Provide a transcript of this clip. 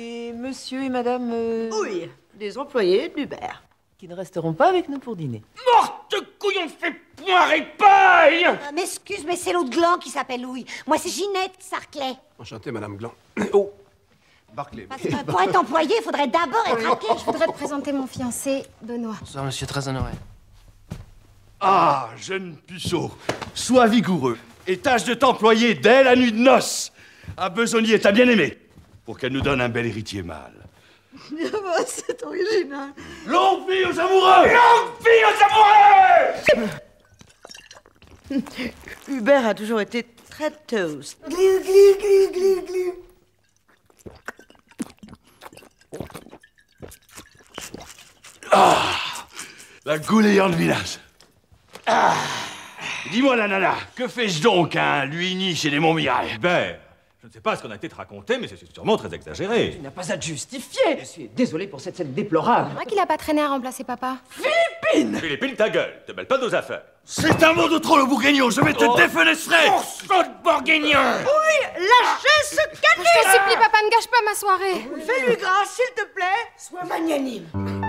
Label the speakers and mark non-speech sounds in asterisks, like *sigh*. Speaker 1: monsieur et madame. euh,
Speaker 2: Oui, des employés d'Uber.
Speaker 1: Qui ne resteront pas avec nous pour dîner.
Speaker 3: Morte couillon fait poire et paille
Speaker 4: Ah, M'excuse, mais c'est l'autre gland qui s'appelle Louis. Moi, c'est Ginette Sarclay.
Speaker 5: Enchanté, Madame Glan. Oh Barclay.
Speaker 4: Parce que Euh, pour être employé, il faudrait d'abord être hacké.
Speaker 6: Je voudrais te présenter mon fiancé, Benoît.
Speaker 7: Bonsoir, monsieur, très honoré.
Speaker 3: Ah, jeune puceau, sois vigoureux et tâche de t'employer dès la nuit de noces à besogner ta bien-aimée pour qu'elle nous donne un bel héritier mâle.
Speaker 2: *laughs* C'est original.
Speaker 3: Longue vie aux amoureux Longue vie aux amoureux
Speaker 2: Hubert a toujours été très toast.
Speaker 3: La gouléante village. Ah. Dis-moi, la nana, que fais-je donc à un Luigny chez les Montmirail
Speaker 8: Hubert, je ne sais pas ce qu'on a été raconté, mais c'est sûrement très exagéré.
Speaker 1: Il n'a pas à te justifier Je suis désolé pour cette scène déplorable.
Speaker 6: Moi Ah, qu'il a pas traîné à remplacer papa.
Speaker 8: Philippine, ta gueule, te mêle pas de nos affaires.
Speaker 3: C'est un mot de trop, le bourguignon, je vais te
Speaker 8: Oh.
Speaker 3: défenestrer
Speaker 2: Lâchez ce
Speaker 6: Je te supplie, papa, ne gâche pas ma soirée.
Speaker 2: Fais-lui grâce, s'il te plaît. Sois magnanime.